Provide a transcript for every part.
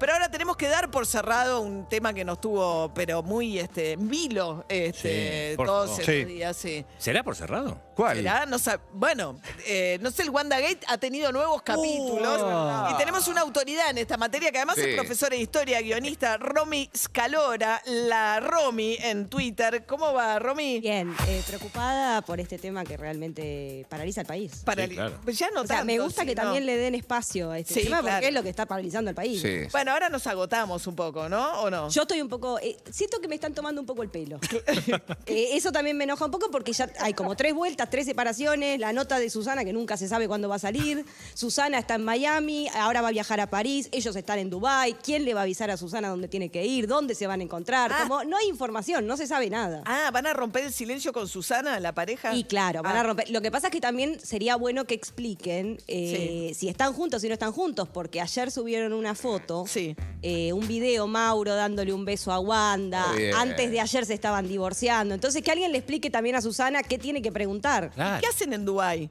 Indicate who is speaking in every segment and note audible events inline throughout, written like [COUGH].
Speaker 1: Pero ahora tenemos que dar por cerrado un tema que nos tuvo, pero muy este, en vilo este,
Speaker 2: Sí, por
Speaker 1: todos
Speaker 2: favor.
Speaker 1: estos
Speaker 3: Sí.
Speaker 1: días. Sí.
Speaker 2: ¿Será por cerrado?
Speaker 3: ¿Cuál?
Speaker 1: ¿Será? No sab- bueno, eh, no sé, el WandaGate ha tenido nuevos capítulos
Speaker 2: ah.
Speaker 1: y tenemos una autoridad en esta materia que además
Speaker 3: Uh. Sí.
Speaker 1: es profesora de historia, guionista, Romy Scalora, la Romy en Twitter. ¿Cómo va, Romy?
Speaker 4: Bien, eh, preocupada por este tema que realmente paraliza el país.
Speaker 1: Para
Speaker 2: Sí, claro.
Speaker 1: pues Ya no
Speaker 4: O sea, me
Speaker 1: tanto,
Speaker 4: gusta que
Speaker 1: sino-
Speaker 4: también le den espacio a este
Speaker 1: Sí,
Speaker 4: tema
Speaker 1: claro.
Speaker 4: porque es lo que está paralizando el país.
Speaker 3: Sí.
Speaker 1: Bueno, ahora nos agotamos un poco, ¿no? ¿O no?
Speaker 4: Yo estoy un poco, eh, siento que me están tomando un poco el
Speaker 1: [LAUGHS]
Speaker 4: pelo. Eh, eso también me enoja un poco porque ya hay como tres vueltas, tres separaciones, la nota de Susana que nunca se sabe cuándo va a salir, Susana está en Miami, ahora va a viajar a París, ellos están en Dubái, ¿quién le va a avisar a Susana dónde tiene que ir, dónde se van a encontrar?
Speaker 1: Ah.
Speaker 4: Como no hay información, no se sabe nada.
Speaker 1: Ah, ¿van a romper el silencio con Susana, la pareja?
Speaker 4: Y claro, van
Speaker 1: Ah.
Speaker 4: a romper. Lo que pasa es que también sería bueno que expliquen eh, si están juntos, si no están juntos, porque ayer subieron una foto,
Speaker 1: Sí.
Speaker 4: eh, un video, Mauro dándole un beso a Wanda.
Speaker 3: Muy bien.
Speaker 4: Antes de ayer se estaban divorciando. Entonces, que alguien le explique también a Susana qué tiene que preguntar.
Speaker 2: Claro.
Speaker 1: ¿Qué hacen en Dubái?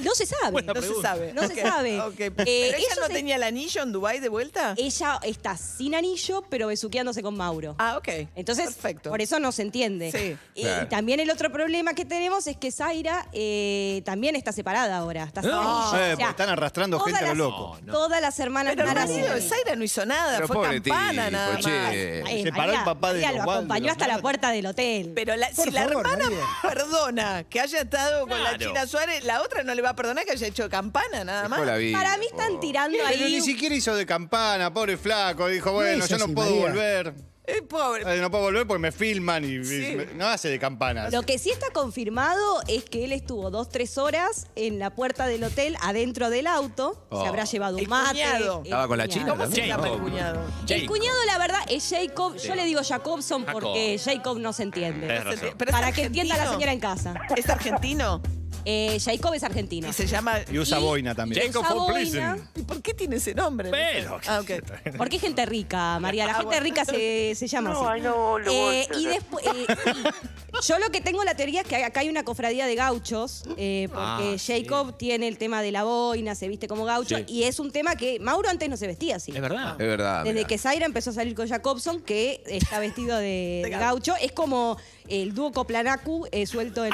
Speaker 4: No se
Speaker 2: [LAUGHS]
Speaker 4: sabe.
Speaker 2: Buena
Speaker 1: No se
Speaker 2: pregunta.
Speaker 1: sabe.
Speaker 4: No se
Speaker 1: Ok,
Speaker 4: sabe.
Speaker 1: ok.
Speaker 4: Eh,
Speaker 1: ¿Pero ella
Speaker 4: ellos Eh,
Speaker 1: no
Speaker 4: es-
Speaker 1: tenía el anillo en Dubái de vuelta?
Speaker 4: Ella está sin anillo, pero besuqueándose con Mauro.
Speaker 1: Ah, ok.
Speaker 4: Entonces,
Speaker 1: Perfecto.
Speaker 4: por eso no se entiende.
Speaker 1: Sí.
Speaker 4: Y,
Speaker 3: Claro.
Speaker 4: y también el otro problema que tenemos es que Zaira eh, también está separada ahora. Está sin
Speaker 2: No.
Speaker 4: anillo.
Speaker 3: Eh, porque están arrastrando
Speaker 4: todas
Speaker 3: gente a lo
Speaker 4: las-
Speaker 3: loco.
Speaker 2: No, no.
Speaker 4: Todas las hermanas
Speaker 1: Pero el
Speaker 4: Nara
Speaker 1: marido de
Speaker 4: se-
Speaker 1: Zaira no hizo nada,
Speaker 3: Pero
Speaker 1: fue
Speaker 3: pobre
Speaker 1: campana
Speaker 3: tipo,
Speaker 1: nada
Speaker 3: che.
Speaker 1: más.
Speaker 4: Eh,
Speaker 3: Se paró el papá de
Speaker 4: María lo
Speaker 3: Osvaldo,
Speaker 4: acompañó hasta la
Speaker 3: claro.
Speaker 4: puerta del hotel.
Speaker 1: Pero la- si
Speaker 5: Por
Speaker 1: la
Speaker 5: favor,
Speaker 1: hermana
Speaker 5: María.
Speaker 1: [LAUGHS] perdona que haya estado con la
Speaker 2: Claro.
Speaker 1: China Suárez, la otra no le va a perdonar que haya hecho campana nada
Speaker 3: Dejó
Speaker 1: más.
Speaker 3: la vida,
Speaker 4: Para mí están
Speaker 3: pobre.
Speaker 4: tirando
Speaker 3: Pero
Speaker 4: ahí.
Speaker 3: ni siquiera hizo de campana, pobre flaco. Dijo, bueno,
Speaker 5: es
Speaker 3: yo no
Speaker 5: así,
Speaker 3: puedo
Speaker 5: María.
Speaker 3: volver.
Speaker 1: Eh, pobre.
Speaker 3: Eh, No puedo volver porque me filman y, y
Speaker 1: Sí.
Speaker 3: me- no hace de campana.
Speaker 4: Lo que sí está confirmado es que él estuvo dos, tres horas en la puerta del hotel, adentro del auto.
Speaker 3: Oh.
Speaker 4: Se habrá llevado
Speaker 1: El
Speaker 4: un mate.
Speaker 1: cuñado.
Speaker 4: el
Speaker 3: Estaba con la
Speaker 4: cuñado.
Speaker 3: china
Speaker 1: ¿Cómo se
Speaker 2: Jacob.
Speaker 1: llama el cuñado?
Speaker 4: El cuñado, la verdad, es Jacob. Yo le digo Jacobson
Speaker 2: Jacob.
Speaker 4: porque Jacob no se entiende.
Speaker 2: Tenés razón.
Speaker 1: Pero es
Speaker 4: Para que entienda la
Speaker 1: argentino.
Speaker 4: señora en casa.
Speaker 1: Es argentino
Speaker 4: Eh, Jacob es argentino.
Speaker 1: y se llama.
Speaker 3: Y usa
Speaker 4: Y-
Speaker 3: boina también.
Speaker 2: Jacob
Speaker 4: Usa
Speaker 2: for
Speaker 4: boina.
Speaker 2: prison.
Speaker 1: ¿Y por qué tiene ese nombre?
Speaker 2: Pero-
Speaker 1: Ah, ok.
Speaker 4: Porque es gente rica, María.
Speaker 1: Ah,
Speaker 4: La gente rica se, se llama
Speaker 6: No, I
Speaker 4: así.
Speaker 6: know the
Speaker 4: Eh,
Speaker 6: words.
Speaker 4: y después. eh, y yo lo que tengo la teoría es que acá hay una cofradía de gauchos, eh, porque
Speaker 2: Ah, sí.
Speaker 4: Jacob tiene el tema de la boina, se viste como gaucho,
Speaker 2: Sí.
Speaker 4: y es un tema que Mauro antes no se vestía así.
Speaker 2: Es
Speaker 1: Ah.
Speaker 2: verdad.
Speaker 3: verdad.
Speaker 4: Desde
Speaker 3: Ah, mirá.
Speaker 4: que Zaira empezó a salir con Jacobson, que está vestido de, de gaucho, es como el dúo Coplanacu eh, suelto en,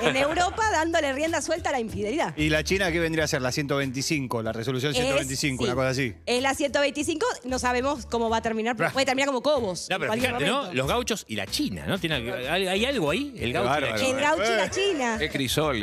Speaker 4: en Europa, dándole rienda suelta a la infidelidad.
Speaker 3: ¿Y la China qué vendría a ser? La 125, la resolución 125,
Speaker 4: Es-
Speaker 3: una
Speaker 4: sí.
Speaker 3: cosa así.
Speaker 4: Es la 125, no sabemos cómo va a terminar, pero
Speaker 3: Bra.
Speaker 4: puede terminar como Cobos.
Speaker 2: No,
Speaker 4: en
Speaker 2: pero
Speaker 4: cualquier
Speaker 2: fíjate, ¿no?
Speaker 4: momento.
Speaker 2: Los gauchos y la China, ¿no? Tiene, hay, hay algo ahí? El gaucho y la
Speaker 3: bárbaro.
Speaker 2: China.
Speaker 4: El gaucho y la China.
Speaker 7: Es crisol,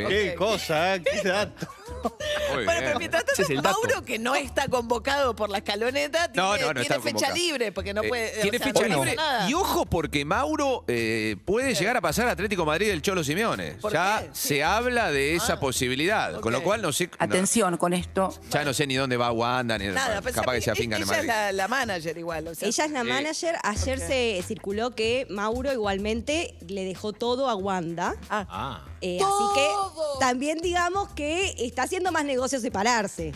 Speaker 1: [LAUGHS]
Speaker 7: eh.
Speaker 3: Qué cosa, ¿eh? qué dato.
Speaker 7: Muy
Speaker 1: Bueno,
Speaker 7: bien.
Speaker 1: pero mientras tanto,
Speaker 2: Ese es el dato.
Speaker 1: Mauro, que no está convocado por la escaloneta, tiene,
Speaker 7: No, no, no
Speaker 1: tiene
Speaker 7: está
Speaker 1: fecha
Speaker 7: convocado.
Speaker 1: libre, porque no
Speaker 7: Eh,
Speaker 1: puede.
Speaker 7: tiene
Speaker 1: o sea,
Speaker 7: fecha
Speaker 1: no
Speaker 7: libre.
Speaker 1: hace nada.
Speaker 7: Y ojo, porque Mauro eh, puede llegar a pasar a Atlético Madrid del Cholo Simeone.
Speaker 1: ¿Por
Speaker 7: Ya
Speaker 1: qué? Ah.
Speaker 7: se habla de esa posibilidad. Con
Speaker 1: ok.
Speaker 7: lo cual, no sé. no,
Speaker 8: Atención con esto.
Speaker 7: ya no sé ni dónde va Wanda, ni
Speaker 1: Nada, pues,
Speaker 7: capaz que se
Speaker 1: ella-
Speaker 7: afincan en
Speaker 1: Ella es
Speaker 7: Madrid.
Speaker 1: la, la manager igual. O sea,
Speaker 4: Ella es la
Speaker 7: eh,
Speaker 4: manager. Ayer
Speaker 1: ok.
Speaker 4: se circuló que Mauro igualmente le dejó todo a Wanda.
Speaker 1: Ah,
Speaker 2: Ah.
Speaker 4: Eh, así que también digamos que está haciendo más negocio separarse.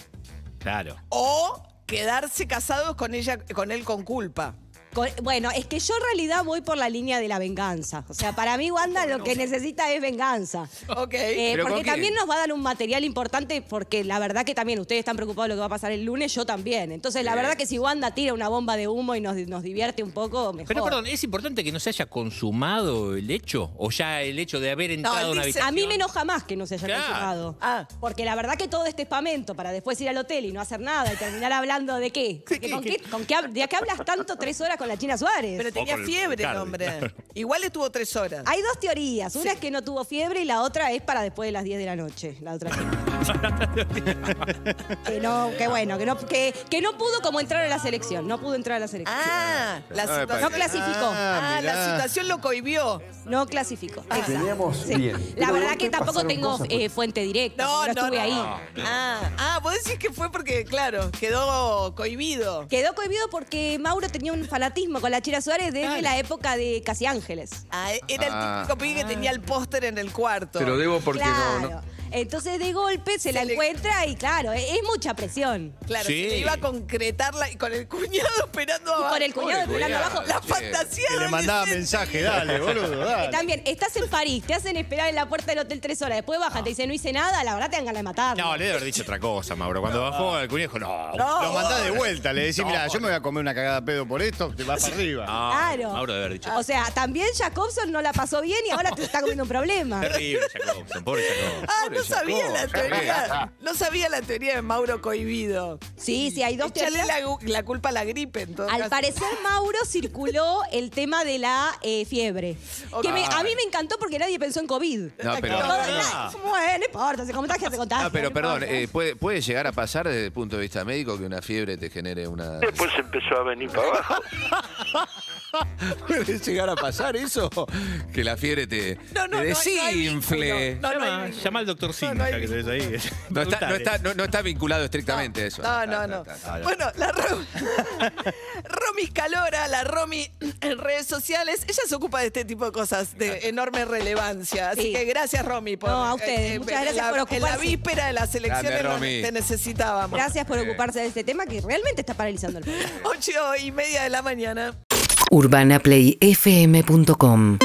Speaker 2: Claro.
Speaker 1: o quedarse casados con ella, con él con
Speaker 7: [LAUGHS]
Speaker 1: culpa.
Speaker 4: Con- bueno, es que yo en realidad voy por la línea de la venganza. O sea, para mí Wanda lo que necesita es venganza.
Speaker 1: Ok.
Speaker 4: Eh,
Speaker 7: ¿Pero
Speaker 4: porque
Speaker 7: con quién?
Speaker 4: también nos va a dar un material importante, porque la verdad que también ustedes están preocupados de lo que va a pasar el lunes, yo también. Entonces, la
Speaker 7: Sí.
Speaker 4: verdad que si Wanda tira una bomba de humo y nos, nos divierte un poco, mejor.
Speaker 2: Pero perdón, ¿es importante que no se haya consumado el hecho? ¿O ya el hecho de haber entrado
Speaker 1: él
Speaker 2: a una
Speaker 1: dice-
Speaker 2: habitación?
Speaker 4: A mí me enoja más que no se haya
Speaker 2: Claro.
Speaker 4: consumado.
Speaker 1: Ah.
Speaker 4: Porque la verdad que todo este espamento para después ir al hotel y no hacer nada y terminar hablando de qué. ¿De ¿Con qué, con qué hab- ¿De qué hablas tanto tres horas con la China Suárez?
Speaker 1: Pero tenía
Speaker 2: con el-
Speaker 1: fiebre el
Speaker 2: claro,
Speaker 1: hombre.
Speaker 2: claro.
Speaker 1: Igual estuvo tres horas.
Speaker 4: Hay dos teorías. Una es que no tuvo fiebre y la otra es para después de las 10 de la noche. La
Speaker 7: [LAUGHS]
Speaker 4: otra que no, que bueno, que no, que, que no pudo como entrar a la selección. No pudo entrar a la selección.
Speaker 1: ah, la
Speaker 7: No me
Speaker 1: situación.
Speaker 7: parece.
Speaker 4: no clasificó.
Speaker 1: Ah, la
Speaker 3: mirá.
Speaker 1: situación lo cohibió.
Speaker 4: No clasificó.
Speaker 1: Ah,
Speaker 4: Exacto. Sí. La verdad que tampoco tengo eh, fuente directa.
Speaker 1: No, no,
Speaker 4: No, estuve
Speaker 1: no.
Speaker 4: ahí.
Speaker 1: Ah, ah, vos decís que fue porque, claro, quedó cohibido.
Speaker 4: Quedó cohibido porque Mauro tenía un fanatismo con la Chira Suárez desde la época de Casi Ángeles.
Speaker 1: Ah, era el
Speaker 7: Ah.
Speaker 1: típico pibe que tenía el póster en el cuarto.
Speaker 7: Te lo debo porque no-
Speaker 4: claro.
Speaker 7: no.
Speaker 4: Entonces de golpe se, la
Speaker 1: le-
Speaker 4: encuentra y claro, es, es mucha presión.
Speaker 1: Claro,
Speaker 2: Sí.
Speaker 1: se le iba a concretarla y con el cuñado esperando abajo.
Speaker 4: con el cuñado esperando
Speaker 7: abajo.
Speaker 1: La
Speaker 7: Sí.
Speaker 1: fantasía
Speaker 3: [LAUGHS] Que le
Speaker 1: adolescente.
Speaker 3: mandaba mensaje, dale, boludo, dale.
Speaker 4: También, estás en París, te hacen esperar en la puerta del hotel tres horas, después bajan, te dicen no hice nada, la verdad te dan ganas de matar.
Speaker 2: No, le debe haber dicho otra cosa, Mauro. Cuando bajó el cuñado dijo, no.
Speaker 1: No.
Speaker 3: Lo mandás de vuelta, le decís,
Speaker 2: No.
Speaker 3: mira, yo me voy a comer una cagada pedo por esto, te vas para arriba.
Speaker 2: No,
Speaker 4: Claro.
Speaker 2: Mauro debe haber dicho.
Speaker 4: O sea, también Jacobson no la pasó bien y ahora te está comiendo un problema.
Speaker 2: Terrible, Jacobson, pobre Jacobson.
Speaker 1: Ah,
Speaker 7: Pobre
Speaker 1: no sabía
Speaker 7: Jacob,
Speaker 1: la
Speaker 7: ya
Speaker 1: teoría. No sabía la teoría de Mauro Cohibido.
Speaker 4: Sí, sí, hay dos
Speaker 1: Echarle
Speaker 4: teorías.
Speaker 1: la, gu- la culpa a la gripe, entonces.
Speaker 4: Al parecer, Mauro circuló el tema de la eh, fiebre. Que me- a mí me encantó porque nadie pensó en COVID.
Speaker 7: No, pero,
Speaker 4: Todo- na- bueno, no importa, se contagia, se contagia.
Speaker 7: Ah, pero
Speaker 4: no
Speaker 7: perdón,
Speaker 4: importa.
Speaker 7: eh, puede, puede llegar a pasar desde el punto de vista médico que una fiebre te genere
Speaker 5: [LAUGHS]
Speaker 7: una...
Speaker 5: Después empezó a venir para abajo.
Speaker 7: [LAUGHS] ¿Puede llegar a pasar eso? Que la fiebre te,
Speaker 1: No, no,
Speaker 7: te
Speaker 1: no hay- no hay
Speaker 7: desinfle.
Speaker 1: vínculo. No, no hay
Speaker 2: llama,
Speaker 1: ningún-
Speaker 2: llama al doctor Sin,
Speaker 1: no hay
Speaker 2: acá que tenés ahí.
Speaker 7: No está, no, está, no- no está vinculado estrictamente a eso.
Speaker 1: No,
Speaker 7: Está,
Speaker 1: no,
Speaker 7: está,
Speaker 1: no.
Speaker 7: está, está.
Speaker 1: Bueno, la Ro- [LAUGHS] Romy Calora, la Romy en redes sociales, ella se ocupa de este tipo de cosas de enorme relevancia. Así
Speaker 4: Sí.
Speaker 1: que gracias, Romy, por. eh,
Speaker 4: No, a ustedes. Muchas
Speaker 1: en
Speaker 4: gracias
Speaker 1: la-
Speaker 4: por
Speaker 1: En la
Speaker 4: ocuparse.
Speaker 1: víspera de las elecciones nos-
Speaker 7: Romy.
Speaker 1: te necesitábamos.
Speaker 4: Gracias por ocuparse de este tema que realmente está paralizando el país.
Speaker 1: Ocho y media de la mañana.
Speaker 9: urbanaplayfm.com